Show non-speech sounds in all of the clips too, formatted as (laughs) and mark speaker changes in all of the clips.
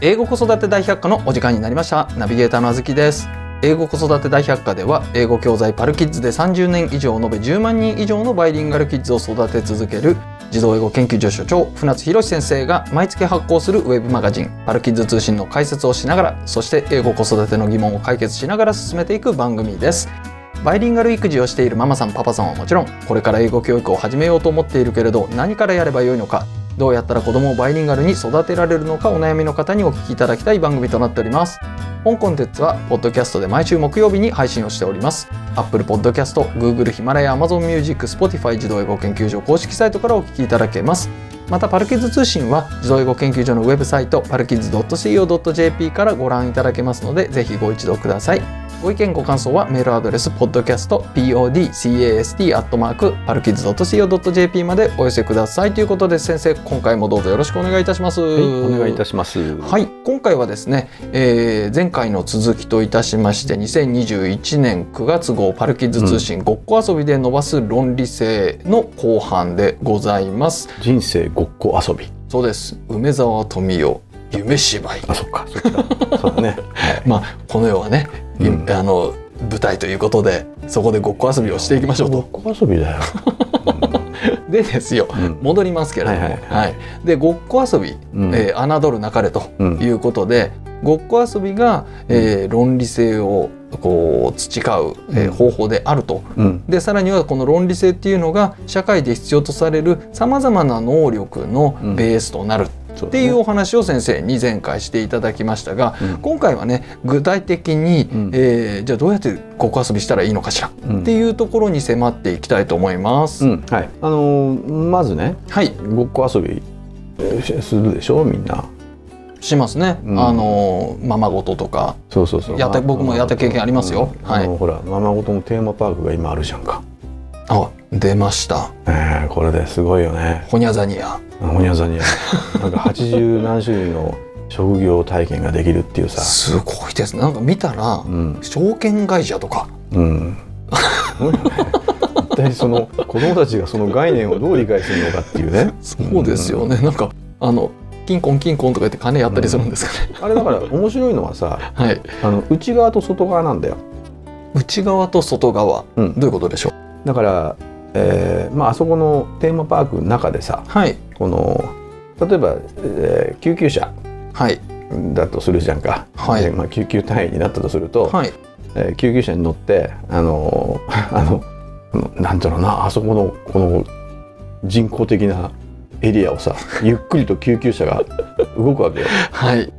Speaker 1: 英語子育て大百科のお時間になりましたナビゲーターのあずきです英語子育て大百科では英語教材パルキッズで30年以上延べ10万人以上のバイリンガルキッズを育て続ける児童英語研究所所長船津博史先生が毎月発行するウェブマガジンパルキッズ通信の解説をしながらそして英語子育ての疑問を解決しながら進めていく番組ですバイリンガル育児をしているママさんパパさんはもちろんこれから英語教育を始めようと思っているけれど何からやればよいのかどうやったら子供をバイリンガルに育てられるのかお悩みの方にお聞きいただきたい番組となっております本コンテンツはポッドキャストで毎週木曜日に配信をしております Apple Podcast、Google ヒマラヤ、Amazon Music、Spotify 児童英語研究所公式サイトからお聞きいただけますまたパルキッズ通信は児童英語研究所のウェブサイトパルキッズ .co.jp からご覧いただけますのでぜひご一読くださいご意見ご感想はメールアドレス podcastpodcast.parkids.co.jp までお寄せくださいということで先生今回もどうぞよろしくお願いいたします、
Speaker 2: はい、お願いいたします。は。
Speaker 1: はいい、今回はですね、えー前回の続きといたしまして2021年9月号パルキッズ通信、ごっこ遊びで伸ばす論理性の後半でございます
Speaker 2: 人生ごっこ遊び。
Speaker 1: そうです梅沢富美男夢芝居
Speaker 2: あ、そっか。そっかそうだ
Speaker 1: (laughs)
Speaker 2: ね。
Speaker 1: まあこの世はね、い
Speaker 2: うん
Speaker 1: あの舞台ということでそこでごっこ遊びをしていきましょう
Speaker 2: ご
Speaker 1: と
Speaker 2: っこ遊
Speaker 1: (laughs)
Speaker 2: びだよ。
Speaker 1: でですよ
Speaker 2: うん
Speaker 1: 戻りますけれども、は
Speaker 2: はいいはいは
Speaker 1: でごっこ遊び、
Speaker 2: うん
Speaker 1: えー侮るなかれと
Speaker 2: うん
Speaker 1: いうことで、ごっこ遊びが、えー論理性をこう培う、えー
Speaker 2: うん
Speaker 1: 方法であると。
Speaker 2: うん。
Speaker 1: でさらにはこの論理性っていうのが社会で必要とされるさまざまな能力のベースとなる
Speaker 2: そだね
Speaker 1: っていうお話を先生に前回していただきましたが、
Speaker 2: うん
Speaker 1: 今回はね具体的に、
Speaker 2: うん
Speaker 1: えーじゃあどうやってごっこ遊びしたらいいのかしら、
Speaker 2: うん
Speaker 1: っていうところに迫っていきたいと思います。
Speaker 2: うん。はい。あのーまずね、
Speaker 1: はい
Speaker 2: ごっこ遊びえーしするでしょみんな。
Speaker 1: しますね、
Speaker 2: うん
Speaker 1: あのままごととか
Speaker 2: そうそうそう。
Speaker 1: やった
Speaker 2: あ
Speaker 1: 僕もやった経験ありますよ
Speaker 2: うん
Speaker 1: はい
Speaker 2: あのほら、ママごとのテーマパークが今あるじゃんか。
Speaker 1: あ出ました
Speaker 2: ねえこれですごいよね。
Speaker 1: ホニャザニア
Speaker 2: ホニャザニ
Speaker 1: (laughs)
Speaker 2: ア。なんか八十何種類の職業体験ができるっていうさ。
Speaker 1: (laughs) すごいですねなんか見たら、
Speaker 2: うん。
Speaker 1: 証券会社とか (laughs)
Speaker 2: うん。一体その子供たちがその概念をどう理解するのかっていうね。
Speaker 1: そうですよね、なんかあのキンコンキンコンとか言って金やったりするんですかね、
Speaker 2: あれだから面白いのはさ、
Speaker 1: はい
Speaker 2: あの内側と外側なんだよ。
Speaker 1: 内側と外側、
Speaker 2: うん
Speaker 1: どういうことでしょう
Speaker 2: だから、えーまああそこのテーマパークの中でさ、
Speaker 1: はい
Speaker 2: この例えば、えー救急車
Speaker 1: はい
Speaker 2: だとするじゃんか。
Speaker 1: はい
Speaker 2: でまあ救急隊員になったとすると、
Speaker 1: はい
Speaker 2: えー救急車に乗ってあの (laughs) ーあのあのなんだろうなあそこのこの人工的なエリアを
Speaker 1: (laughs)
Speaker 2: さゆっくりと救急車が動くわけよ
Speaker 1: はい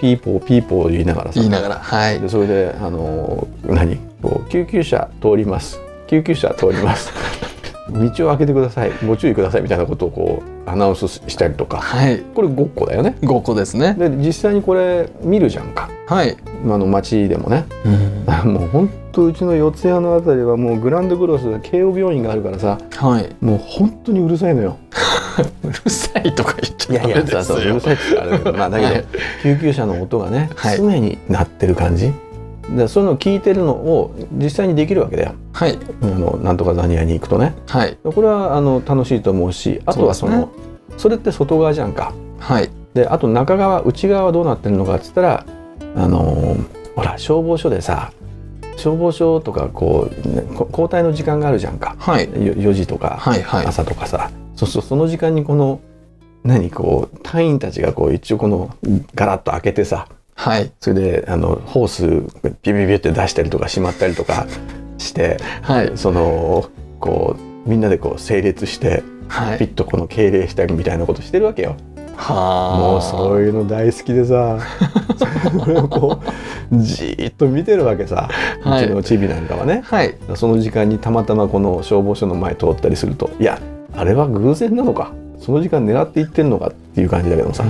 Speaker 2: ピーポーピーポー言いながらさ
Speaker 1: 言いながらはい
Speaker 2: でそれであのー何こう救急車通ります救急車通ります
Speaker 1: (laughs)
Speaker 2: 道を開けてくださいご注意くださいみたいなことをこうアナウンスしたりとか
Speaker 1: はい
Speaker 2: これごっこだよね
Speaker 1: 5個ですね
Speaker 2: で実際にこれ見るじゃんか
Speaker 1: はい、
Speaker 2: あの街でもね
Speaker 1: うん
Speaker 2: あ (laughs) もう本当うちの四谷のあたりはもうグランドクロスで慶応病院があるからさ
Speaker 1: はい
Speaker 2: もう本当にうるさいのよ
Speaker 1: うるさいとか言っちゃダメ
Speaker 2: (laughs)
Speaker 1: ですよ
Speaker 2: うるさいって言ったらあれだけどまあだけど、
Speaker 1: はい
Speaker 2: 救急車の音がね
Speaker 1: はい
Speaker 2: 常に鳴ってる感じ、でそういうのを聞いてるのを実際にできるわけだよ
Speaker 1: はい
Speaker 2: あのなんとかザニアに行くとね
Speaker 1: はい
Speaker 2: これはあの楽しいと思うしあとはその
Speaker 1: そ
Speaker 2: そ,、れって外側じゃんか
Speaker 1: はい
Speaker 2: であと中側内側はどうなってるのかっつったらあのーほら消防署でさ消防署とかこうねこ交代の時間があるじゃんか
Speaker 1: はい
Speaker 2: よ4時とか
Speaker 1: はいはい
Speaker 2: 朝とかさ、そうそうその時間にこの何こう隊員たちがこう一応このガラッと開けてさ
Speaker 1: はい
Speaker 2: それであのホースビュビュビュって出したりとかしまったりとかして
Speaker 1: はい
Speaker 2: そのこうみんなでこう整列して
Speaker 1: は
Speaker 2: ピ
Speaker 1: い
Speaker 2: ッとこの敬礼したりみたいなことしてるわけよ。
Speaker 1: はあ
Speaker 2: もうそういうの大好き
Speaker 1: (laughs)
Speaker 2: でさそれをこうじーっと見てるわけさ、
Speaker 1: はいう
Speaker 2: ちのチビなんかはね
Speaker 1: はい
Speaker 2: その時間にたまたまこの消防署の前通ったりするといやあれは偶然なのかその時間狙っていってんのかっていう感じだけどもさ、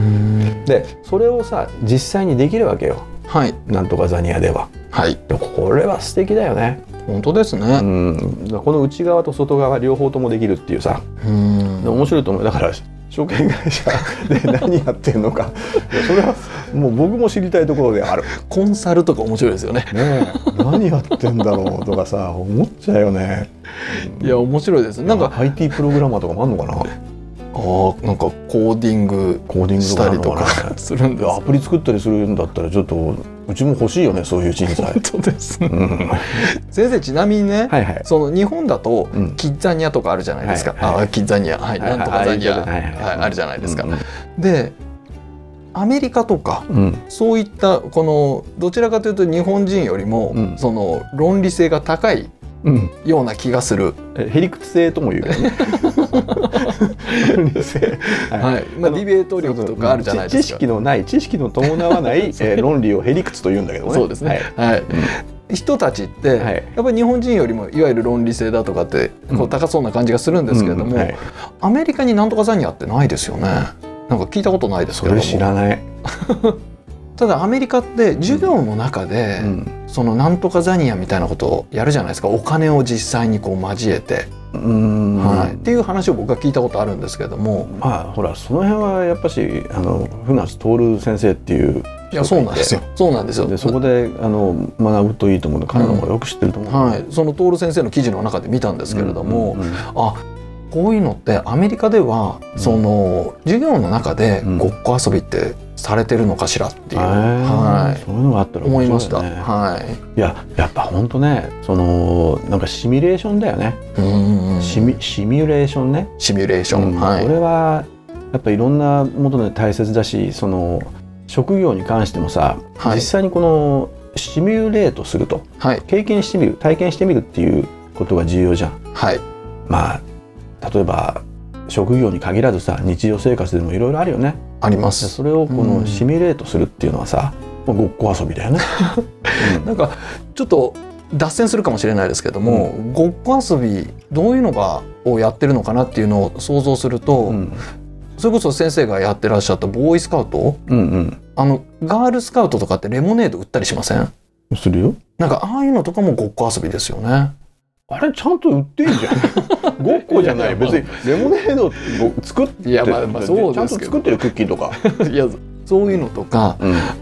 Speaker 2: でそれをさ実際にできるわけよ
Speaker 1: はい
Speaker 2: なんとかザニアでは
Speaker 1: はい
Speaker 2: でこれは素敵だよね、
Speaker 1: 本当です
Speaker 2: う
Speaker 1: ね
Speaker 2: ん、この内側と外側両方ともできるっていうさ
Speaker 1: うん
Speaker 2: で面白いと思うだから証券会社で何やってるのかいやそれはもう僕も知りたいところである、
Speaker 1: コンサルとか面白いですよね
Speaker 2: ねえ、何やってんだろうとかさ思っちゃうよね
Speaker 1: いや面白いですなんか
Speaker 2: IT プログラマーとかもあんのかな
Speaker 1: ああなんかコーディング
Speaker 2: コーディング
Speaker 1: し
Speaker 2: か
Speaker 1: た
Speaker 2: な
Speaker 1: り
Speaker 2: の
Speaker 1: と
Speaker 2: な
Speaker 1: かするんです
Speaker 2: アプリ作ったりするんだったらちょっとうちも欲しいよねそういう人材
Speaker 1: 本当ですね
Speaker 2: うんはい
Speaker 1: 先生ちなみにね、
Speaker 2: はい
Speaker 1: その日本だと、
Speaker 2: うん
Speaker 1: キッザニアとかあるじゃないですか、
Speaker 2: はいはい
Speaker 1: ああキッザニアはい、
Speaker 2: はいはい
Speaker 1: なんとかザニア、
Speaker 2: あ
Speaker 1: はい
Speaker 2: あいうやつはいはい
Speaker 1: あるじゃないですか、
Speaker 2: うん
Speaker 1: でアメリカとか
Speaker 2: うん
Speaker 1: そういったこのどちらかというと日本人よりも、
Speaker 2: うん
Speaker 1: その論理性が高い
Speaker 2: うん
Speaker 1: ような気がする、
Speaker 2: えへりくつ性とも言うけ (laughs) どね分離性はい
Speaker 1: はいまあ、
Speaker 2: あの
Speaker 1: ディベート力とかあるじゃないですか。
Speaker 2: 知知識のない知識の伴
Speaker 1: (laughs)
Speaker 2: わない、えー論理をへりくつと言うんだけどね
Speaker 1: そうですね、
Speaker 2: は
Speaker 1: はいい人たちって、
Speaker 2: はい
Speaker 1: やっぱり日本人よりもいわゆる論理性だとかってこ
Speaker 2: う
Speaker 1: うん高そうな感じがするんですけれども、
Speaker 2: うんはい
Speaker 1: アメリカになんとかザニアってないですよねなんか聞いたことないです
Speaker 2: そ
Speaker 1: けれ
Speaker 2: れ
Speaker 1: ど
Speaker 2: 知
Speaker 1: も
Speaker 2: らない、
Speaker 1: ただアメリカって授業の中で、
Speaker 2: うん
Speaker 1: そのなんとかザニアみたいなことをやるじゃないですかお金を実際にこう交えて、
Speaker 2: うん
Speaker 1: はい、っていう話を僕は聞いたことあるんですけれども
Speaker 2: まあほらその辺はやっぱしあの船津徹先生っていう
Speaker 1: いやそうなんですよそうなんですよ
Speaker 2: でそこであの学ぶといいと思うので彼の方がよく知ってると思う、
Speaker 1: はい、その徹先生の記事の中で見たんですけれども、
Speaker 2: うんうんうん
Speaker 1: あこういうのってアメリカでは、
Speaker 2: うん
Speaker 1: その授業の中で
Speaker 2: うん
Speaker 1: ごっこ遊びってされてるのかしらっていう、
Speaker 2: へー
Speaker 1: は
Speaker 2: そういうのがあった
Speaker 1: い、
Speaker 2: ら
Speaker 1: 思い
Speaker 2: 面
Speaker 1: まし
Speaker 2: 白
Speaker 1: た、
Speaker 2: よね
Speaker 1: はい
Speaker 2: いややっぱ本当ねそのなんかシミュレーションだよね、
Speaker 1: うんうんうん
Speaker 2: シミシミュレーションね、
Speaker 1: シミュレーショ
Speaker 2: う
Speaker 1: ン、
Speaker 2: ん
Speaker 1: はい
Speaker 2: これはやっぱいろんなもので大切だしその職業に関してもさ、
Speaker 1: はい
Speaker 2: 実際にこのシミュレートすると
Speaker 1: はい
Speaker 2: 経験してみる体験してみるっていうことが重要じゃん。
Speaker 1: はい
Speaker 2: まあ例えば職業に限らずさ日常生活でもいろいろあるよね
Speaker 1: ありま
Speaker 2: ですそれをこ
Speaker 1: う
Speaker 2: の
Speaker 1: ん
Speaker 2: シミュレートするっていうのはさ、もうごっこ遊びだ
Speaker 1: (laughs)
Speaker 2: よね、うん
Speaker 1: なんかちょっと脱線するかもしれないですけども、ごっこ遊びどういうのがをやってるのかなっていうのを想像すると、
Speaker 2: うん
Speaker 1: それこそ先生がやってらっしゃったボーイスカウト
Speaker 2: うん
Speaker 1: あのガールスカウトとかってレモネード売ったりしません
Speaker 2: うんするよ
Speaker 1: なんかああいうのとかもごっこ遊びですよね。
Speaker 2: あれちゃんと売ってんじゃ
Speaker 1: (laughs)
Speaker 2: んごっこじゃない
Speaker 1: いやいや
Speaker 2: 別にレモネードご作って
Speaker 1: いやまあまあそう
Speaker 2: ちゃ
Speaker 1: で
Speaker 2: ん
Speaker 1: す
Speaker 2: と
Speaker 1: けど
Speaker 2: 作ってるクッキ
Speaker 1: (laughs)
Speaker 2: ーとか、
Speaker 1: いやそういうのとか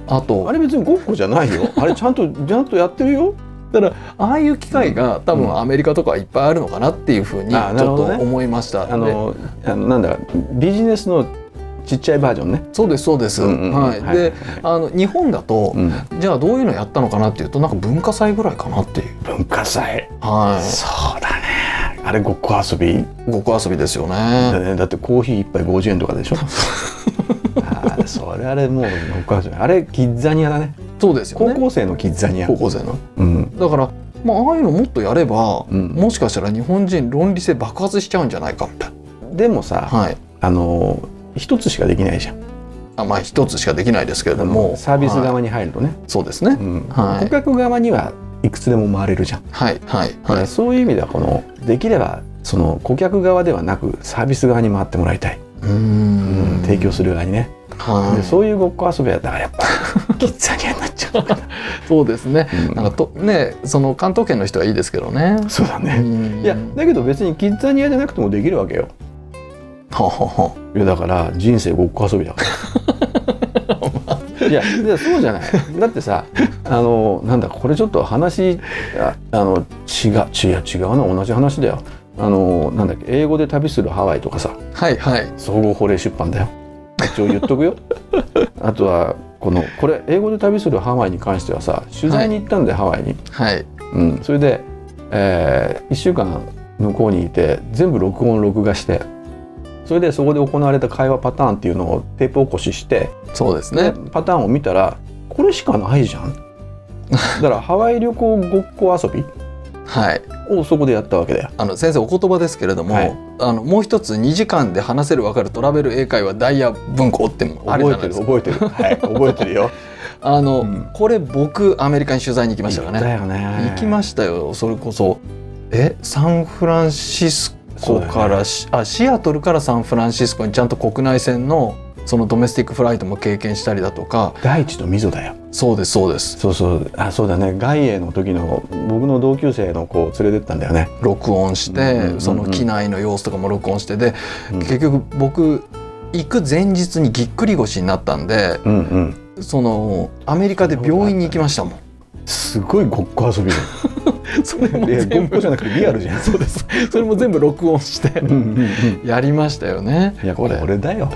Speaker 1: あと
Speaker 2: あれ別にごっこじゃないよあれちゃんとちゃんとやってるよ
Speaker 1: だからああいう機会が多分アメリカとかいっぱいあるのかなっていうふうにちょ
Speaker 2: あー
Speaker 1: っ
Speaker 2: なるほ
Speaker 1: と
Speaker 2: どね
Speaker 1: 思いました。
Speaker 2: あ
Speaker 1: で
Speaker 2: のあのなんだビジネスのちっちゃいバージョンね、
Speaker 1: そうですそうです。
Speaker 2: うんうん
Speaker 1: はい。
Speaker 2: はい
Speaker 1: であの日本だと
Speaker 2: うん
Speaker 1: じゃあどういうのやったのかなっていうとなんか文化祭ぐらいかなっていう。
Speaker 2: 文化祭
Speaker 1: は
Speaker 2: そうだねあれごっこ遊び
Speaker 1: い。ごっこ遊びですよ
Speaker 2: だ,、
Speaker 1: ね。
Speaker 2: ね、だってコーヒー一杯50円とかで
Speaker 1: (laughs)
Speaker 2: しょあーそれあれもうごっこ遊びあれキッザニアだね
Speaker 1: そうですよ
Speaker 2: 高
Speaker 1: ね。
Speaker 2: 校生のキッザニア
Speaker 1: 高校生の。
Speaker 2: うん
Speaker 1: だからまあああいうのもっとやれば、
Speaker 2: うん
Speaker 1: もしかしたら日本人論理性爆発しちゃうんじゃないかみたい
Speaker 2: でも
Speaker 1: な。
Speaker 2: さ
Speaker 1: はい。
Speaker 2: あの一つしかできないじゃん
Speaker 1: あまあ一つしかできないですけれども。
Speaker 2: サービス
Speaker 1: はい
Speaker 2: 側に入るとね、
Speaker 1: そうですね。
Speaker 2: うん
Speaker 1: はい
Speaker 2: 顧客側にはいくつでも回れるじゃん、
Speaker 1: はいはいは
Speaker 2: ね
Speaker 1: い。
Speaker 2: そういう意味ではこのできればその顧客側ではなくサービス側に回ってもらいたい、
Speaker 1: うー
Speaker 2: うん
Speaker 1: ん
Speaker 2: 提供する側にね、
Speaker 1: は
Speaker 2: で
Speaker 1: い。そ
Speaker 2: そういうごっこ遊びはだからやっぱ (laughs) キッザニアになっちゃうのかな
Speaker 1: うですね。なんかとねその関東圏の人はいいですけどね。
Speaker 2: そうだね、
Speaker 1: い
Speaker 2: いやだけど別にキッザニアじゃなくてもできるわけよ
Speaker 1: ほうほうほ
Speaker 2: いやだから人生ごっこ遊びだから (laughs) いやいやそうじゃないだってさあのなんだこれちょっと話ああの違う違う違うな同じ話だよあのなんだっけ英語で旅するハワイとかさ
Speaker 1: うはいはい
Speaker 2: 総合法令出版だよ一応言っと (laughs) くよあとはこのこれ英語で旅するハワイに関してはさ取材に行ったんで、ハワイに
Speaker 1: はい。
Speaker 2: うん、それで、え1週間向こうにいて全部録音録画してそれでそこで行われた会話パターンっていうのをテープ起こしして、
Speaker 1: そうですね。
Speaker 2: でパターンを見たらこれしかないじゃんだからハワイ旅行ごっこ遊び
Speaker 1: はい。
Speaker 2: をそこでやったわけだよ。
Speaker 1: あの先生お言葉ですけれども、
Speaker 2: はい
Speaker 1: あのもう一つ2時間で話せる分かるトラベル英会話ダイヤ文庫ってもある
Speaker 2: 覚
Speaker 1: じ
Speaker 2: え
Speaker 1: ゃない
Speaker 2: て
Speaker 1: で
Speaker 2: る
Speaker 1: すか。
Speaker 2: 覚えてる、はい、覚えてるよ。
Speaker 1: あの、
Speaker 2: うん
Speaker 1: これ僕アメリカに取材に行きましたからね。
Speaker 2: よね
Speaker 1: 行きましたよそれこそえサンフランシスコから、しあシアトルからサンフランシスコにちゃんと国内線のそのドメスティックフライトも経験したりだとか
Speaker 2: 大地と溝だよ。
Speaker 1: そうですそうです
Speaker 2: そうそう、あ、そうだね。外営の時の僕の同級生の子を連れてったんだよね。
Speaker 1: 録音して、
Speaker 2: うんうんうんうん
Speaker 1: その機内の様子とかも録音してで、
Speaker 2: うん
Speaker 1: 結局僕行く前日にぎっくり腰になったんで
Speaker 2: うんうん。
Speaker 1: そのアメリカで病院に行きましたもん。 (laughs)
Speaker 2: すごいごっこ遊びだよ
Speaker 1: それも
Speaker 2: いや
Speaker 1: 全
Speaker 2: ゴ
Speaker 1: 部
Speaker 2: ッじゃなくてリアルじゃん。
Speaker 1: そうですそれも全部録音して
Speaker 2: うんうんうん
Speaker 1: やりましたよね
Speaker 2: いやこれ俺だよ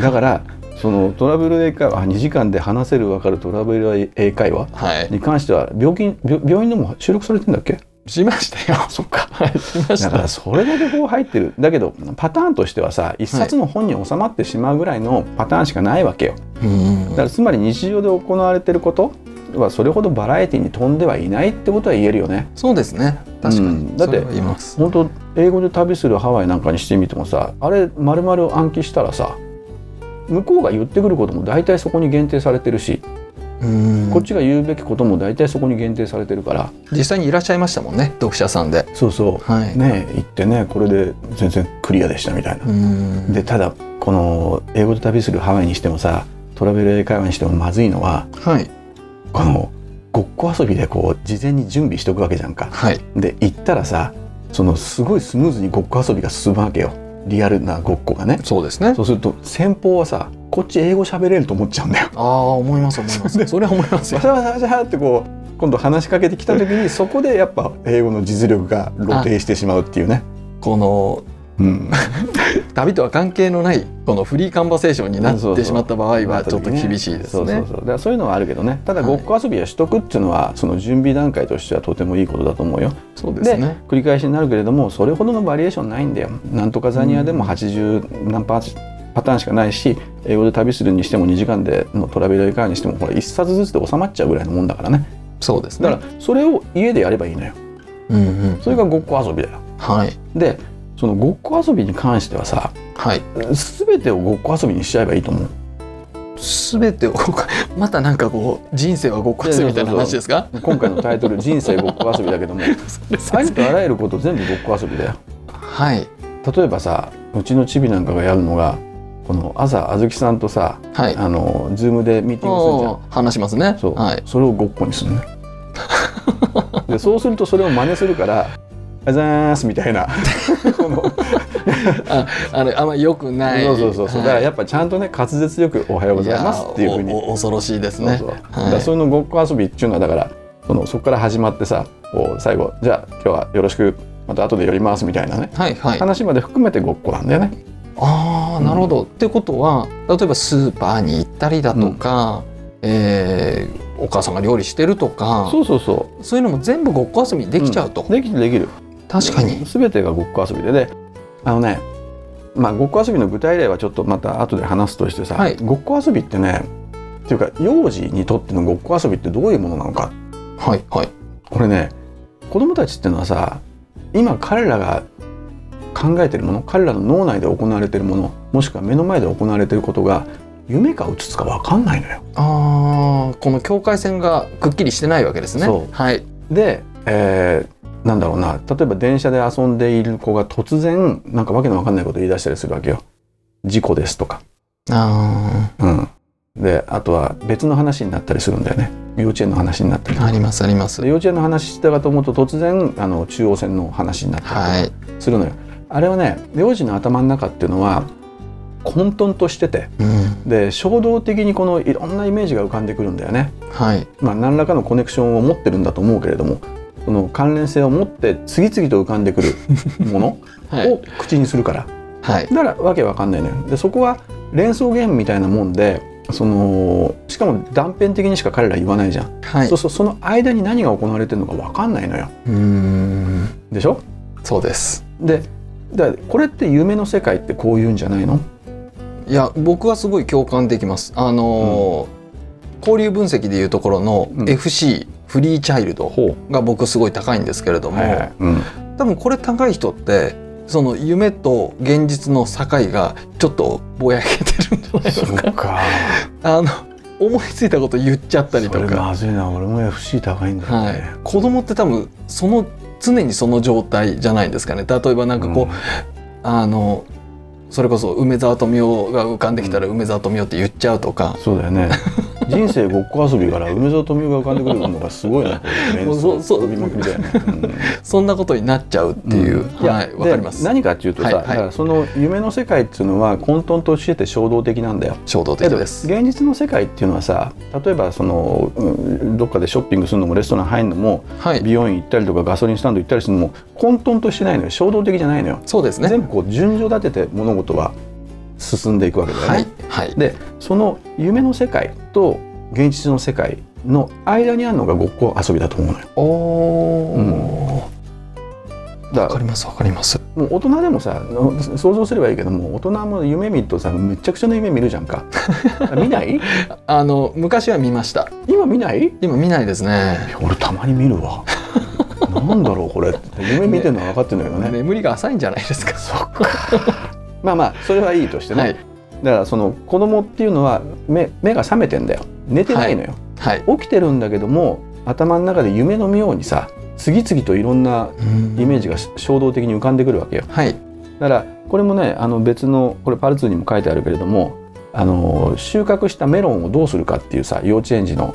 Speaker 2: だからそのトラベル英会話あ2時間で話せる分かるトラベル英会話
Speaker 1: はい
Speaker 2: に関しては病気病病院でも収録されてんだっけ
Speaker 1: しました
Speaker 2: (laughs)
Speaker 1: よそっかはいしまし
Speaker 2: だから
Speaker 1: た
Speaker 2: それだけこう入ってるだけどパターンとしてはさ一冊の本に収まってしまうぐらいのパターンしかないわけよ
Speaker 1: うん
Speaker 2: だからつまり日常で行われてることはそれほどバラエティに飛んではいないってことは言えるよね
Speaker 1: そうですね確かに、
Speaker 2: うんだって
Speaker 1: それは言います
Speaker 2: 本当英語で旅するハワイなんかにしてみてもさあれ丸々暗記したらさ向こうが言ってくることも大体そこに限定されてるし、
Speaker 1: うん
Speaker 2: こっちが言うべきことも大体そこに限定されてるから
Speaker 1: 実際にいらっしゃいましたもんね読者さんで
Speaker 2: そうそ
Speaker 1: はいう
Speaker 2: ねえ行ってねこれで全然クリアでしたみたいな
Speaker 1: う。ん
Speaker 2: でただこの英語で旅するハワイにしてもさトラベル英会話にしてもまずいのは
Speaker 1: はい
Speaker 2: このごっこ遊びでこう事前に準備しておくわけじゃんか。
Speaker 1: はい
Speaker 2: で行ったらさそのすごいスムーズにごっこ遊びが進むわけよリアルなごっこがね。
Speaker 1: そうですね
Speaker 2: そうすると先方はさこっち英語喋れると思っちゃう
Speaker 1: (laughs)
Speaker 2: んだよ。
Speaker 1: ああ思います思い
Speaker 2: (laughs)
Speaker 1: ますそれは思います
Speaker 2: わ
Speaker 1: よ
Speaker 2: しゃわしゃわしゃってこう今度話しかけてきた時にそこでやっぱ英語の実力が露呈してしまうっていうね。
Speaker 1: この
Speaker 2: うん、
Speaker 1: 旅とは関係のないこのフリーカンバセーションにな
Speaker 2: そう
Speaker 1: っ
Speaker 2: そ
Speaker 1: て
Speaker 2: う
Speaker 1: しまった場合はちょっと厳しいです
Speaker 2: そうそ
Speaker 1: ね
Speaker 2: うそうだからそういうのはあるけどねただ
Speaker 1: はい
Speaker 2: ごっこ遊びはしとくっていうのは、その準備段階としてはとてもいいことだと思うよ。
Speaker 1: そうで
Speaker 2: です
Speaker 1: ね
Speaker 2: 繰り返しになるけれどもそれほどのバリエーションないんだよ。なんとかザニアでも80何パーパターンしかないし英語で旅するにしても2時間でのトラベルエカーにしてもこれ1冊ずつで収まっちゃうぐらいのもんだからね
Speaker 1: そうですね
Speaker 2: だからそれを家でやればいいのよ
Speaker 1: うんうん
Speaker 2: それがごっこ遊びだよ
Speaker 1: はい
Speaker 2: でそのごっこ遊びに関してはさ
Speaker 1: はい
Speaker 2: 全てをごっこ遊びにしちゃえばいいと思う
Speaker 1: 全てをまたなんかこう人生はごっこするみたいな話ですか
Speaker 2: 今回のタイ
Speaker 1: (laughs)
Speaker 2: トル「人生ごっこ遊び」だけどもありとあらゆること全部ごっこ遊びだよ
Speaker 1: はい
Speaker 2: 例えばさうちのチビなんかがやるのがこの朝あずきさんとさ
Speaker 1: はい
Speaker 2: あのズームでミーティングするじゃん
Speaker 1: おー話しますね
Speaker 2: そう、
Speaker 1: はい
Speaker 2: それをごっこにするね
Speaker 1: (laughs)
Speaker 2: でそうするとそれを真似するから「あざーす」みた
Speaker 1: (laughs)
Speaker 2: いなこの
Speaker 1: ああのあんまり良くない
Speaker 2: そうそうそうそう、だからやっぱちゃんとね滑舌よく「おはようございます」っていうふうに
Speaker 1: やーおお恐ろしいですね
Speaker 2: そうそうだ
Speaker 1: は
Speaker 2: からそういうのごっこ遊びっていうのはだからそのそこから始まってさこう最後「じゃあ今日はよろしくまた後で寄ります」みたいなね
Speaker 1: はいはい
Speaker 2: 話まで含めてごっこなんだよね。
Speaker 1: ああなるほど、ってことは例えばスーパーに行ったりだとか、えーお母さんが料理してるとか
Speaker 2: そうそうそう。
Speaker 1: そういうのも全部ごっこ遊びにできちゃうと、
Speaker 2: できるできる。
Speaker 1: 確かに、
Speaker 2: 全てがごっこ遊びでであのねまあごっこ遊びの具体例はちょっとまた後で話すとしてさ、
Speaker 1: はい
Speaker 2: ごっこ遊びってねっていうか幼児にとってのごっこ遊びってどういうものなのか
Speaker 1: はいはい
Speaker 2: これね子供たちっていうのはさ今彼らが考えてるもの彼らの脳内で行われてるものもしくは目の前で行われてることが夢かうつつか分かんないのよ。
Speaker 1: あーこの境界線がくっきりしてないわけですね
Speaker 2: そう
Speaker 1: はい
Speaker 2: で、えーなんだろうな例えば電車で遊んでいる子が突然なんかわけのわかんないこと言い出したりするわけよ。事故ですとか。
Speaker 1: あ
Speaker 2: うん、であとは別の話になったりするんだよね幼稚園の話になったり
Speaker 1: ーありますあります
Speaker 2: で幼稚園の話してたかと思うと突然あの中央線の話になった
Speaker 1: は
Speaker 2: り
Speaker 1: い
Speaker 2: するのよ、あれはね幼児の頭の中っていうのは混沌としてて
Speaker 1: うん
Speaker 2: で衝動的にこのいろんなイメージが浮かんでくるんだよね、
Speaker 1: はい
Speaker 2: まあ、何らかのコネクションを持ってるんだと思うけれどもその関連性を持って次々と浮かんで
Speaker 1: (laughs)
Speaker 2: くるもの
Speaker 1: はい
Speaker 2: を口にするから、
Speaker 1: はい
Speaker 2: だからわけわかんないのよでそこは連想ゲームみたいなもんでそのしかも断片的にしか彼ら言わないじゃん、
Speaker 1: はい
Speaker 2: そうそうその間に何が行われてるのかわかんないのよ
Speaker 1: うーん
Speaker 2: でしょ
Speaker 1: そうです
Speaker 2: でだからこれって夢の世界ってこういうんじゃないの
Speaker 1: いや僕はすごい共感できます。あのー交流分析でいうところの
Speaker 2: うん
Speaker 1: FC、フリーチャイルド
Speaker 2: ほ
Speaker 1: が僕すごい高いんですけれども、
Speaker 2: はいはいうん、
Speaker 1: 多分これ高い人ってその夢と現実の境がちょっとぼやけてるんじゃないですか。
Speaker 2: か
Speaker 1: あの思いついたこと言っちゃったり
Speaker 2: そ
Speaker 1: と
Speaker 2: れ
Speaker 1: か、
Speaker 2: まずいな俺も FC 高いんだよ
Speaker 1: は
Speaker 2: ね、
Speaker 1: い、子供って多分その常にその状態じゃないですかね。例えばなんかこう、あのそれこそ梅沢富美男が浮かんできたら梅沢富美男って言っちゃうとか。 (laughs)
Speaker 2: うんそうだよね人生ごっこ遊びから梅沢富美男が浮かんでくるのがすごいなと
Speaker 1: (laughs) もうそうそう
Speaker 2: 飛びまくり
Speaker 1: (laughs)
Speaker 2: だよね。うん
Speaker 1: そんなことになっちゃうっていう、はい
Speaker 2: で
Speaker 1: わかります
Speaker 2: 何かっていうとさ、
Speaker 1: はいはい
Speaker 2: だからその夢の世界っていうのは混沌としてて衝動的なんだよ。
Speaker 1: 衝動的です
Speaker 2: 現実の世界っていうのはさ例えばその、うんどっかでショッピングするのもレストラン入るのも、
Speaker 1: はい
Speaker 2: 美容院行ったりとかガソリンスタンド行ったりするのも混沌としてないのよ衝動的じゃないのよ、
Speaker 1: そうですね
Speaker 2: 全部こう順序立てて物事は進んでいくわけだよね。
Speaker 1: はいはい
Speaker 2: でその夢の世界と現実の世界の間にあるのがごっこ遊びだと思うのよ。
Speaker 1: おおー、
Speaker 2: だ
Speaker 1: わ
Speaker 2: か
Speaker 1: からりますわかります
Speaker 2: もう大人でもさの想像すればいいけども大人も夢見るとさめちゃくちゃな夢見るじゃんか (laughs) 見ない
Speaker 1: あの昔は見ました
Speaker 2: 今見ない
Speaker 1: 今見ないですね
Speaker 2: 俺たまに見るわ (laughs) なんだろうこれって夢見てるのは分かってんだけどね
Speaker 1: 眠りが浅いんじゃないですかそっか
Speaker 2: まあまあそれはいいとしてね、
Speaker 1: はい
Speaker 2: だからその子供っていうのは目目が覚めてんだよ寝てないのよ、
Speaker 1: はい
Speaker 2: 起きてるんだけども頭の中で夢のようにさ次々といろんなイメージが衝動的に浮かんでくるわけよ
Speaker 1: はい
Speaker 2: だからこれもねあの別のこれパルツーにも書いてあるけれどもあの収穫したメロンをどうするかっていうさ幼稚園児の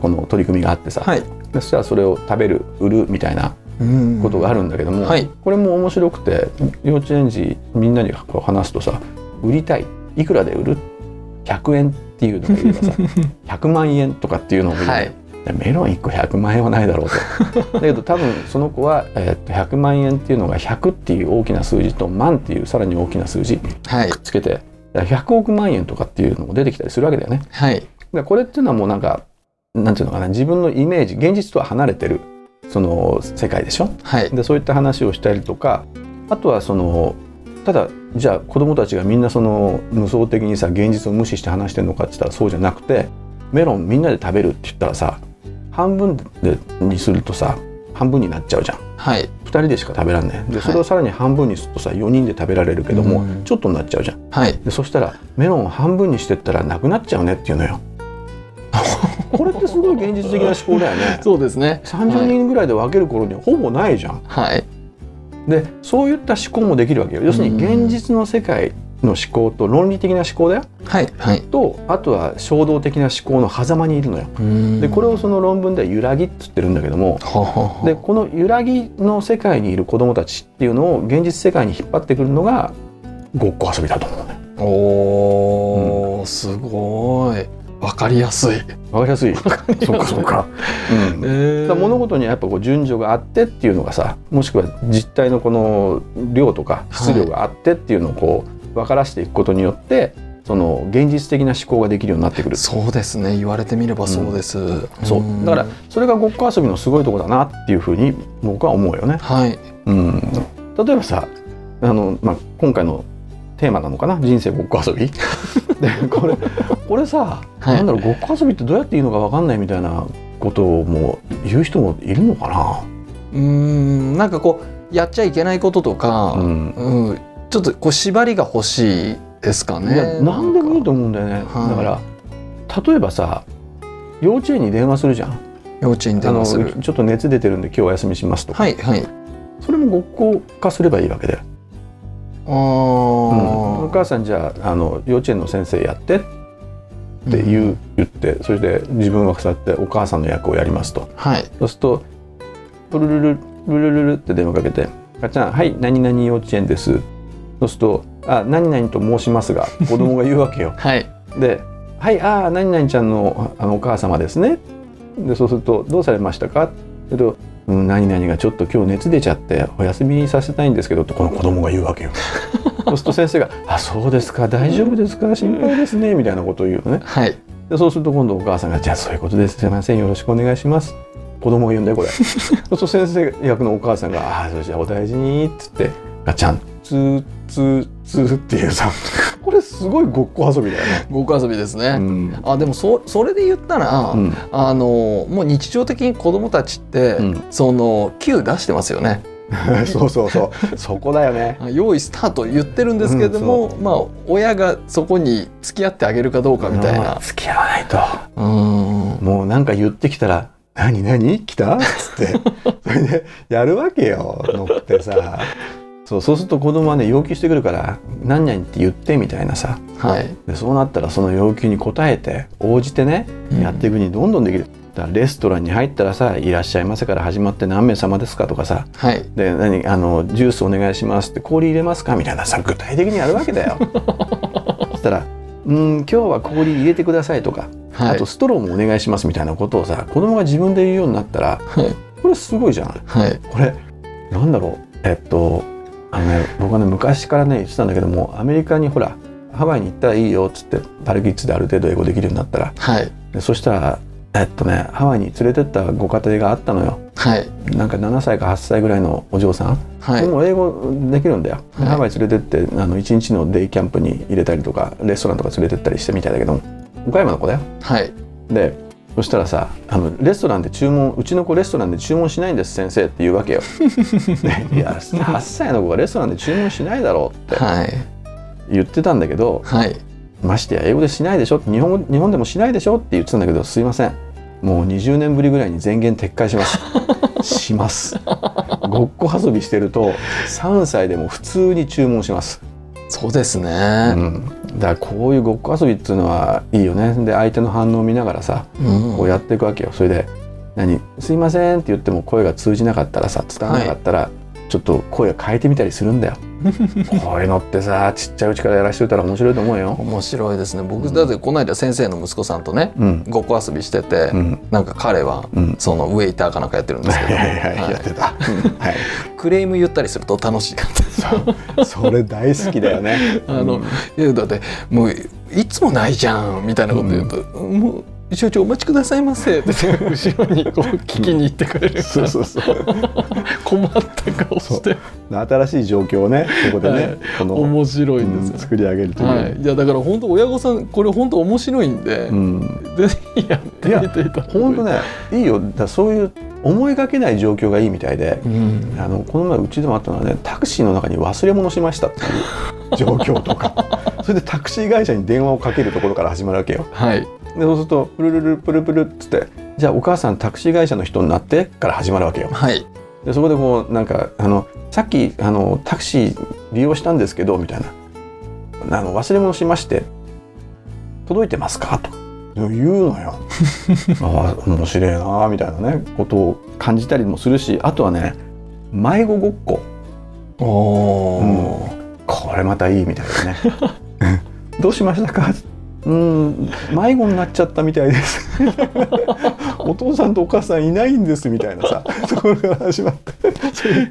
Speaker 2: この取り組みがあってさ、
Speaker 1: はい
Speaker 2: そしたらそれを食べる売るみたいなことがあるんだけども、
Speaker 1: はい
Speaker 2: これも面白くて幼稚園児みんなにこう話すとさ「売りたいいくらで売る ?100 円」っていうのが言えばさ
Speaker 1: (laughs)
Speaker 2: 「100万円」とかっていうのを言うの
Speaker 1: はい
Speaker 2: でメロン1個100万円はないだろうとだけど多分その子は、えーっと100万円っていうのが100っていう大きな数字と万っていうさらに大きな数字くっ
Speaker 1: はい
Speaker 2: つけてだから100億万円とかっていうのも出てきたりするわけだよねだか
Speaker 1: はい
Speaker 2: らこれっていうのはもうなんかなんていうのかな自分のイメージ現実とは離れてるその世界でしょ
Speaker 1: はい
Speaker 2: でそういった話をしたりとかあとはそのただじゃあ子どもたちがみんなその無双的にさ現実を無視して話してるのかって言ったらそうじゃなくてメロンみんなで食べるって言ったらさ半分でにするとさ半分になっちゃうじゃん
Speaker 1: はい
Speaker 2: 2人でしか食べらんねん
Speaker 1: は
Speaker 2: で
Speaker 1: い
Speaker 2: それをさらに半分にするとさ4人で食べられるけども、
Speaker 1: うん
Speaker 2: ちょっとになっちゃうじゃん
Speaker 1: はい
Speaker 2: でそしたらメロンを半分にしてったらなくなっちゃうねっていうの
Speaker 1: (laughs)
Speaker 2: よこれってすごい現実的な思考だよね
Speaker 1: そうですね
Speaker 2: 30人ぐらいで分ける頃にはほぼないじゃん
Speaker 1: はい
Speaker 2: でそういった思考もできるわけよ要するに現実の世界の思考と論理的な思考だよ
Speaker 1: はいはい
Speaker 2: とあとは衝動的な思考の狭間にいるのよ
Speaker 1: で
Speaker 2: でこれをその論文では揺らぎって言ってるんだけども
Speaker 1: ははは
Speaker 2: でこの揺らぎの世界にいる子どもたちっていうのを現実世界に引っ張ってくるのがごっこ遊びだと思うね
Speaker 1: おー、すごいわかりやす (laughs) い、
Speaker 2: わかりやすい
Speaker 1: りやすい
Speaker 2: そうかそう (laughs) か、うん、だか
Speaker 1: え
Speaker 2: ら物事にはやっぱこう順序があってっていうのがさもしくは実体のこの量とか質量があってっていうのをこう分からしていくことによってその現実的な思考ができるようになってくる、
Speaker 1: そうですね言われてみればそうです、
Speaker 2: そうだからそれがごっこ遊びのすごいとこだなっていうふうに僕は思うよね。
Speaker 1: はい
Speaker 2: うん、例えばさあの、まあ、今回のテーマなのかな人生ごっこ
Speaker 1: (laughs)
Speaker 2: 遊びでこれこれさ、
Speaker 1: はい
Speaker 2: なんだろうごっこ遊びってどうやっていいのか分かんないみたいなことをもう言う人もいるのかな。
Speaker 1: うーんなんかこうやっちゃいけないこととか、
Speaker 2: ん
Speaker 1: うんちょっとこう縛りが欲しいですか
Speaker 2: い
Speaker 1: ね
Speaker 2: や何でもいいと
Speaker 1: なんか
Speaker 2: 思うんだよね、
Speaker 1: はい
Speaker 2: だから例えばさ幼稚園に電話するじゃん
Speaker 1: 幼稚園に
Speaker 2: あ
Speaker 1: 電
Speaker 2: の
Speaker 1: 話す
Speaker 2: ち
Speaker 1: る
Speaker 2: ょっと熱出てるんで今日お休みしますとか、
Speaker 1: はいはい
Speaker 2: それもごっこ化すればいいわけで、
Speaker 1: あー、
Speaker 2: うんお母さんじゃああの幼稚園の先生やってって言う、言ってそれで自分は腐ってお母さんの役をやりますと
Speaker 1: はい
Speaker 2: そうするとプルルルルルルルって電話かけて「かっちゃんはい何々幼稚園です」そうすると「あ何々と申しますが」子供が言うわけよ
Speaker 1: はい
Speaker 2: で「はいああ何々ちゃんのああのお母様ですね」でそうすると「どうされましたか?」すると「うん何々がちょっと今日熱出ちゃってお休みさせたいんですけど」ってこの子供が言うわけよ。そうすると先生が「あそうですか大丈夫ですか心配ですね」みたいなことを言うのね。
Speaker 1: はい
Speaker 2: でそうすると今度お母さんが「じゃあそういうことですすいませんよろしくお願いします」子供が言うんだよこれ。そうすると先生役のお母さんが「ああそれじゃあお大事に」っつってガチャンツーツーツーっていうさこれすごいごっこ遊びだよね。
Speaker 1: ご家遊びですね、
Speaker 2: うん
Speaker 1: あでもそそれで言ったら、
Speaker 2: うん
Speaker 1: あのもう日常的に子供たちって、
Speaker 2: うん
Speaker 1: その Q 出してますよね
Speaker 2: (laughs) そうそうそうそこだよね。
Speaker 1: あ用意スタート言ってるんですけれども、まあ親がそこに付き合ってあげるかどうかみたい
Speaker 2: も
Speaker 1: な
Speaker 2: う付き合わないと
Speaker 1: うん
Speaker 2: もうなんか言ってきたら「 (laughs) 何何来た?」っつってそれでやるわけよ乗ってさそうそうすると子供はね要求してくるから「何々って言って」みたいなさ
Speaker 1: はい、
Speaker 2: でそうなったらその要求に応えて応じてね
Speaker 1: うん
Speaker 2: やっていくにどんどんできる。だからレストランに入ったらさ「いらっしゃいませ」から始まって「何名様ですか?」とかさ
Speaker 1: はい
Speaker 2: 「で何あのジュースお願いします」って「氷入れますか?」みたいなさ具体的にやるわけだよ。そしたら「うん今日は氷入れてください」とか
Speaker 1: はい
Speaker 2: あとストローもお願いしますみたいなことをさ子供が自分で言うようになったら
Speaker 1: はい
Speaker 2: これすごいじゃん
Speaker 1: はい
Speaker 2: これなんだろうえっとあのね僕はね昔からね言ってたんだけどもアメリカにほらハワイに行ったらいいよっつってパルキッズである程度英語できるようになったら
Speaker 1: はい
Speaker 2: でそしたらえっとねハワイに連れてったご家庭があったのよ
Speaker 1: はい
Speaker 2: なんか7歳か8歳ぐらいのお嬢さん、
Speaker 1: はい
Speaker 2: もう英語できるんだよ、で
Speaker 1: はい
Speaker 2: ハワイ連れてってあの1日のデイキャンプに入れたりとかレストランとか連れてったりしてみたいだけども岡山の子だよ
Speaker 1: はい
Speaker 2: でそしたらさあのレストランで注文うちの子レストランで注文しないんです先生って言うわけよでいや8歳の子がレストランで注文しないだろうって
Speaker 1: はい
Speaker 2: 言ってたんだけど
Speaker 1: はい
Speaker 2: ましてや英語でしないでしょ日本語日本でもしないでしょって言ってたんだけどすいませんもう20年ぶりぐらいに全言撤回します
Speaker 1: (laughs)
Speaker 2: しますごっこ遊びしてると3歳でも普通に注文します
Speaker 1: そうですね、
Speaker 2: うん、だからこういうごっこ遊びっていうのはいいよねで相手の反応を見ながらさ
Speaker 1: うん
Speaker 2: こうやっていくわけよそれで「何すいません」って言っても声が通じなかったらさ伝わらなかったら、ちょっと声を変えてみたりするん
Speaker 1: (laughs)
Speaker 2: だよこういうのってさちっちゃいうちからやらしといたら面白いと思うよ
Speaker 1: 面白いですね僕だってこの間先生の息子さんとね
Speaker 2: うん
Speaker 1: ごっこ遊びしてて、
Speaker 2: うん
Speaker 1: なんか彼は
Speaker 2: うん
Speaker 1: そのウェイターかなんかやってるんです
Speaker 2: は
Speaker 1: け
Speaker 2: い
Speaker 1: ど
Speaker 2: はいはい、
Speaker 1: はい
Speaker 2: やってた、うんはい (laughs)
Speaker 1: クレーム言ったりすると楽しいかった
Speaker 2: そうそれ大好きだよね
Speaker 1: (laughs)
Speaker 2: (laughs)
Speaker 1: あの、いやだってもういつもないじゃんみたいなこと言うと、もう所長お待ちくださいませって言って後ろにこう聞きに行ってくれる、
Speaker 2: そうそうそう
Speaker 1: 困った顔して
Speaker 2: 新しい状況をねここでね、
Speaker 1: はい
Speaker 2: この
Speaker 1: 面白いん
Speaker 2: うん
Speaker 1: ですよ、
Speaker 2: 作り上げるという、
Speaker 1: はい、いやだから本当親御さんこれ本当面白いんで、
Speaker 2: うん
Speaker 1: ぜひやってみていただ
Speaker 2: 本当ねいいよだからそういう思いがけない状況がいいみたいで
Speaker 1: うん、
Speaker 2: あのこの前うちでもあったのはねタクシーの中に忘れ物しましたって
Speaker 1: (laughs)
Speaker 2: いう状況とかそれでタクシー会社に電話をかけるところから始まるわけよ
Speaker 1: はい
Speaker 2: でそうするとプルルルプルプルっつって「じゃあお母さんタクシー会社の人になって」から始まるわけよ
Speaker 1: はい
Speaker 2: でそこでこうなんかあの「さっきあのタクシー利用したんですけど」みたいな「あの忘れ物しまして届いてますか?」と言うのよああ面白いなみたいなねことを感じたりもするしあとはね迷子ごっこ
Speaker 1: おおー、
Speaker 2: うんこれまたいいみたいですねどうしましたかうん迷子になっちゃったみたいですお父さんとお母さんいないんですみたいなさそこから始まってそれ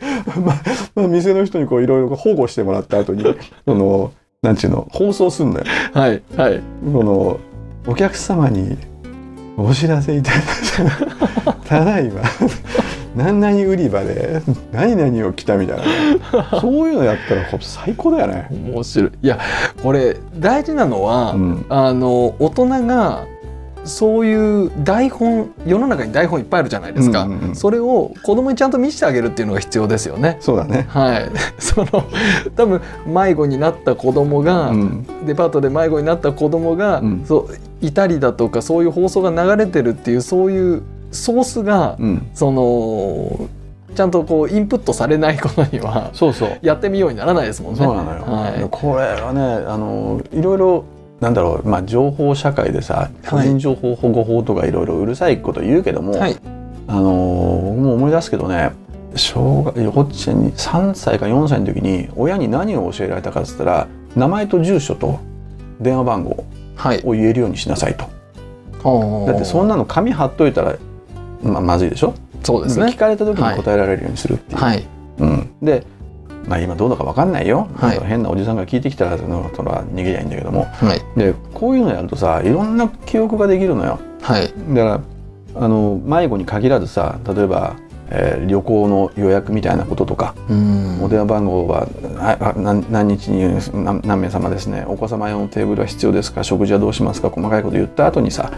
Speaker 2: まあまあ、店の人にこういろいろ保護してもらった後にそのなんちゅうの放送すんのよ
Speaker 1: はいはい
Speaker 2: このお客様にお知らせいただいたただいま何々売り場で何々を着たみたいなねそういうのやったら最高だよね。
Speaker 1: 面白いいやこれ大事なのは、
Speaker 2: うん
Speaker 1: あの大人がそういう台本世の中に台本いっぱいあるじゃないですか、
Speaker 2: うんうんうん
Speaker 1: それを子供にちゃんと見せてあげるっていうのが必要ですよね。
Speaker 2: そうだね。
Speaker 1: はい、 (laughs) その多分迷子になった子供が、
Speaker 2: うん
Speaker 1: デパートで迷子になった子供が、
Speaker 2: うん
Speaker 1: そういたりだとかそういう放送が流れてるっていうそういうソースが、
Speaker 2: うん、
Speaker 1: そのちゃんとこうインプットされないことには (laughs)
Speaker 2: そうそう。
Speaker 1: やってみようにならないですもんね。
Speaker 2: そうなのよ。
Speaker 1: はい
Speaker 2: これはね、あのいろいろなんだろう、まあ情報社会でさ、個人情報保護法とかいろいろうるさいこと言うけども、
Speaker 1: はい
Speaker 2: あの僕も思い出すけどね、小学幼稚園に3歳か4歳の時に親に何を教えられたかっつったら、名前と住所と電話番号
Speaker 1: はい
Speaker 2: を言えるようにしなさいと。だってそん
Speaker 1: な
Speaker 2: なの紙貼っといたら。ままずいでしょ
Speaker 1: そうですね
Speaker 2: 聞。かれた時に答えられるようにするっていう、
Speaker 1: はい
Speaker 2: うん、で、まあ、今どうだか分かんないよ、
Speaker 1: はい
Speaker 2: あの変なおじさんが聞いてきたらそのその逃げりゃいいんだけども
Speaker 1: はい
Speaker 2: でこういうのやるとさいろんな記憶ができるのよ
Speaker 1: はい
Speaker 2: だからあの迷子に限らずさ例えば、えー旅行の予約みたいなこととか、
Speaker 1: うん
Speaker 2: お電話番号はああ何何日に何何名様ですねお子様用のテーブルは必要ですか食事はどうしますか細かいこと言った後にさ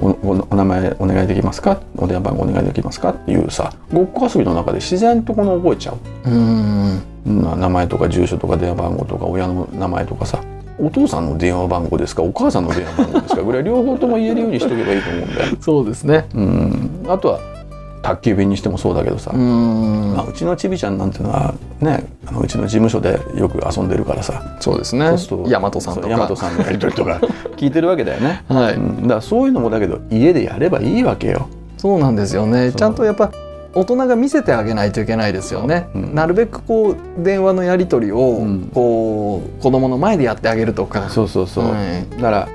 Speaker 2: おおお名前お願いできますかお電話番号お願いできますかっていうさごっこ遊びの中で自然とこの覚えちゃう
Speaker 1: うん
Speaker 2: な名前とか住所とか電話番号とか親の名前とかさお父さんの電話番号ですかお母さんの電話番号ですかぐらい両方とも言えるようにしとけばいいと思うんだよ。
Speaker 1: そうですね。
Speaker 2: うんあとは宅急便にしてもそうだけどさ、
Speaker 1: うん
Speaker 2: まあ、うちのちびちゃんなんてのはねねあのうちの事務所でよく遊んでるからさ
Speaker 1: そうですね
Speaker 2: そうすると
Speaker 1: 大和さんと
Speaker 2: そう大和
Speaker 1: か
Speaker 2: さんのやり
Speaker 1: (laughs)
Speaker 2: 取りとか聞いてるわけだよね、
Speaker 1: はい
Speaker 2: うん、だからそういうのもだけど家でやればいいわけよ
Speaker 1: そうなんですよね
Speaker 2: そう
Speaker 1: ちゃんとやっぱ大人が見せてあげないといけないですよね、
Speaker 2: そううん
Speaker 1: なるべくこう電話のやり取りを
Speaker 2: うん
Speaker 1: こう、子供の前でやってあげるとか
Speaker 2: そうそうそう、
Speaker 1: はい
Speaker 2: だから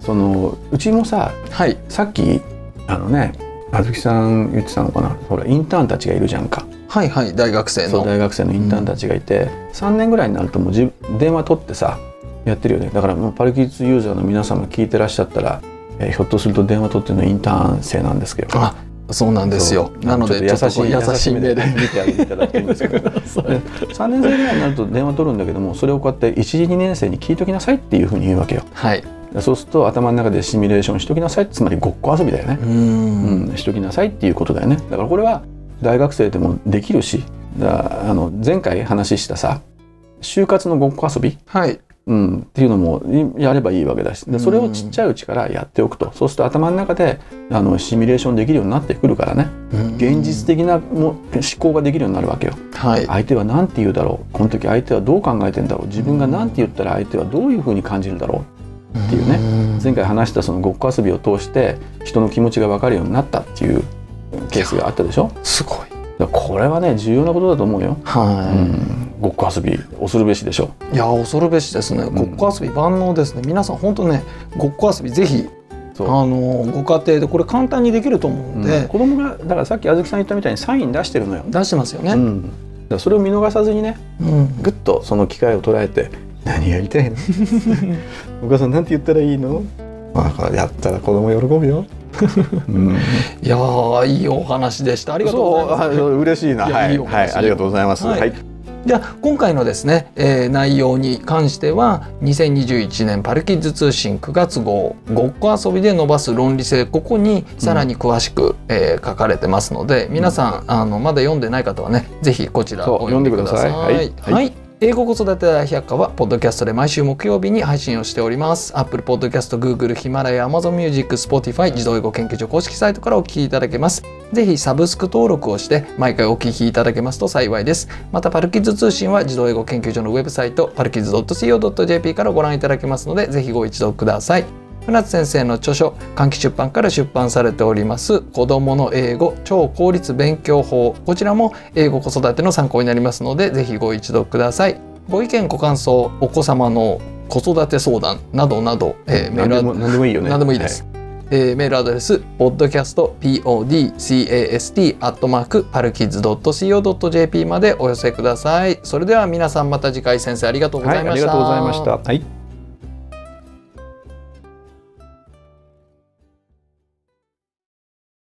Speaker 2: そのうちもさ
Speaker 1: はい
Speaker 2: さっきあのねあずきさん言ってたのかなほらインターンたちがいるじゃんか
Speaker 1: はいはい大学生
Speaker 2: そう
Speaker 1: の
Speaker 2: 大学生のインターンたちがいて、3年ぐらいになるともうじ電話取ってさやってるよねだからもうパルキッズユーザーの皆様聞いてらっしゃったら、えーひょっとすると電話取ってるのインターン生なんですけど
Speaker 1: あそうなんですよ
Speaker 2: そう
Speaker 1: なので
Speaker 2: ちょっと優
Speaker 1: ちょっと
Speaker 2: しい
Speaker 1: こう優しい目で
Speaker 2: (laughs) 見てあげていただきるんですけど (laughs) 3年生ぐらいになると電話取るんだけどもそれをこうやって1時2年生に聞いときなさいっていうふうに言うわけよ
Speaker 1: はい
Speaker 2: そうすると頭の中でシミュレーションしときなさいつまりごっこ遊びだよね
Speaker 1: う、ん
Speaker 2: うん、しときなさいっていうことだよねだからこれは大学生でもできるしだあの前回話したさ就活のごっこ遊び、
Speaker 1: はい
Speaker 2: うん、っていうのもいやればいいわけだしでそれをちっちゃいうちからやっておくとそうすると頭の中であのシミュレーションできるようになってくるからね現実的なも思考ができるようになるわけよ。
Speaker 1: はい
Speaker 2: 相手は何て言うだろうこの時相手はどう考えてんだろう自分が何て言ったら相手はどういうふうに感じるだろ
Speaker 1: って
Speaker 2: いうねう前回話したそのごっこ遊びを通して人の気持ちが分かるようになったっていうケースがあったでしょ
Speaker 1: すごい
Speaker 2: だからこれはね重要なことだと思うよ。う
Speaker 1: はい、
Speaker 2: ん、ごっこ遊び恐るべしでしょ。
Speaker 1: いや恐るべしですね。ごっこ遊び万能ですね。皆さん本当ね、ごっこ遊びぜひあ
Speaker 2: そう
Speaker 1: のご家庭でこれ簡単にできると思う
Speaker 2: うん
Speaker 1: ので、
Speaker 2: 子供がだからさっきあずきさん言ったみたいにサイン出してるのよ。
Speaker 1: 出してますよ
Speaker 2: う
Speaker 1: ね。
Speaker 2: ん、だからそれを見逃さずにね
Speaker 1: うん
Speaker 2: ぐっとその機会を捉えて「何やりた
Speaker 1: (laughs)
Speaker 2: いの? 」「お母さんなんて言ったらいいの?」まあ、やったら子供喜ぶよ。うん、
Speaker 1: いやーいいお話でした。ありがとうございます。
Speaker 2: そう嬉しいな。
Speaker 1: いや
Speaker 2: はいい、
Speaker 1: いお話
Speaker 2: はい、ありがとうございます。
Speaker 1: はい
Speaker 2: はい、
Speaker 1: じゃあ今回のですね、えー内容に関しては2021年パルキッズ通信9月号「ごっこ遊びで伸ばす論理性」ここにさらに詳しく、えー書かれてますので皆さんあのまだ読んでない方はねぜひこちら
Speaker 2: そう
Speaker 1: を読んでください。
Speaker 2: 読んでくださいはい
Speaker 1: はい英語子育て大百科はポッドキャストで毎週木曜日に配信をしております。Apple Podcast、Google、ヒマラヤ、Amazon Music、Spotify 自動英語研究所公式サイトからお聞きいただけます。ぜひサブスク登録をして毎回お聞きいただけますと幸いです。またパルキッズ通信は自動英語研究所のウェブサイトパルキッズ .co.jp からご覧いただけますのでぜひご一読ください。船津先生の著書換気出版から出版されております子どもの英語超効率勉強法こちらも英語子育ての参考になりますのでぜひご一読くださいご意見ご感想お子様の子育て相談などなど、えーメー
Speaker 2: 何
Speaker 1: ルア
Speaker 2: で
Speaker 1: ド
Speaker 2: も、何でもいいよね。
Speaker 1: 何でもいいです。えーメールアドレス podcast podcast@parkids.co.jp までお寄せください。それでは皆さんまた次回先生ありがとうご
Speaker 2: はい。
Speaker 1: ざ
Speaker 2: はい
Speaker 1: ました。
Speaker 2: い、ありがとうございました。はい。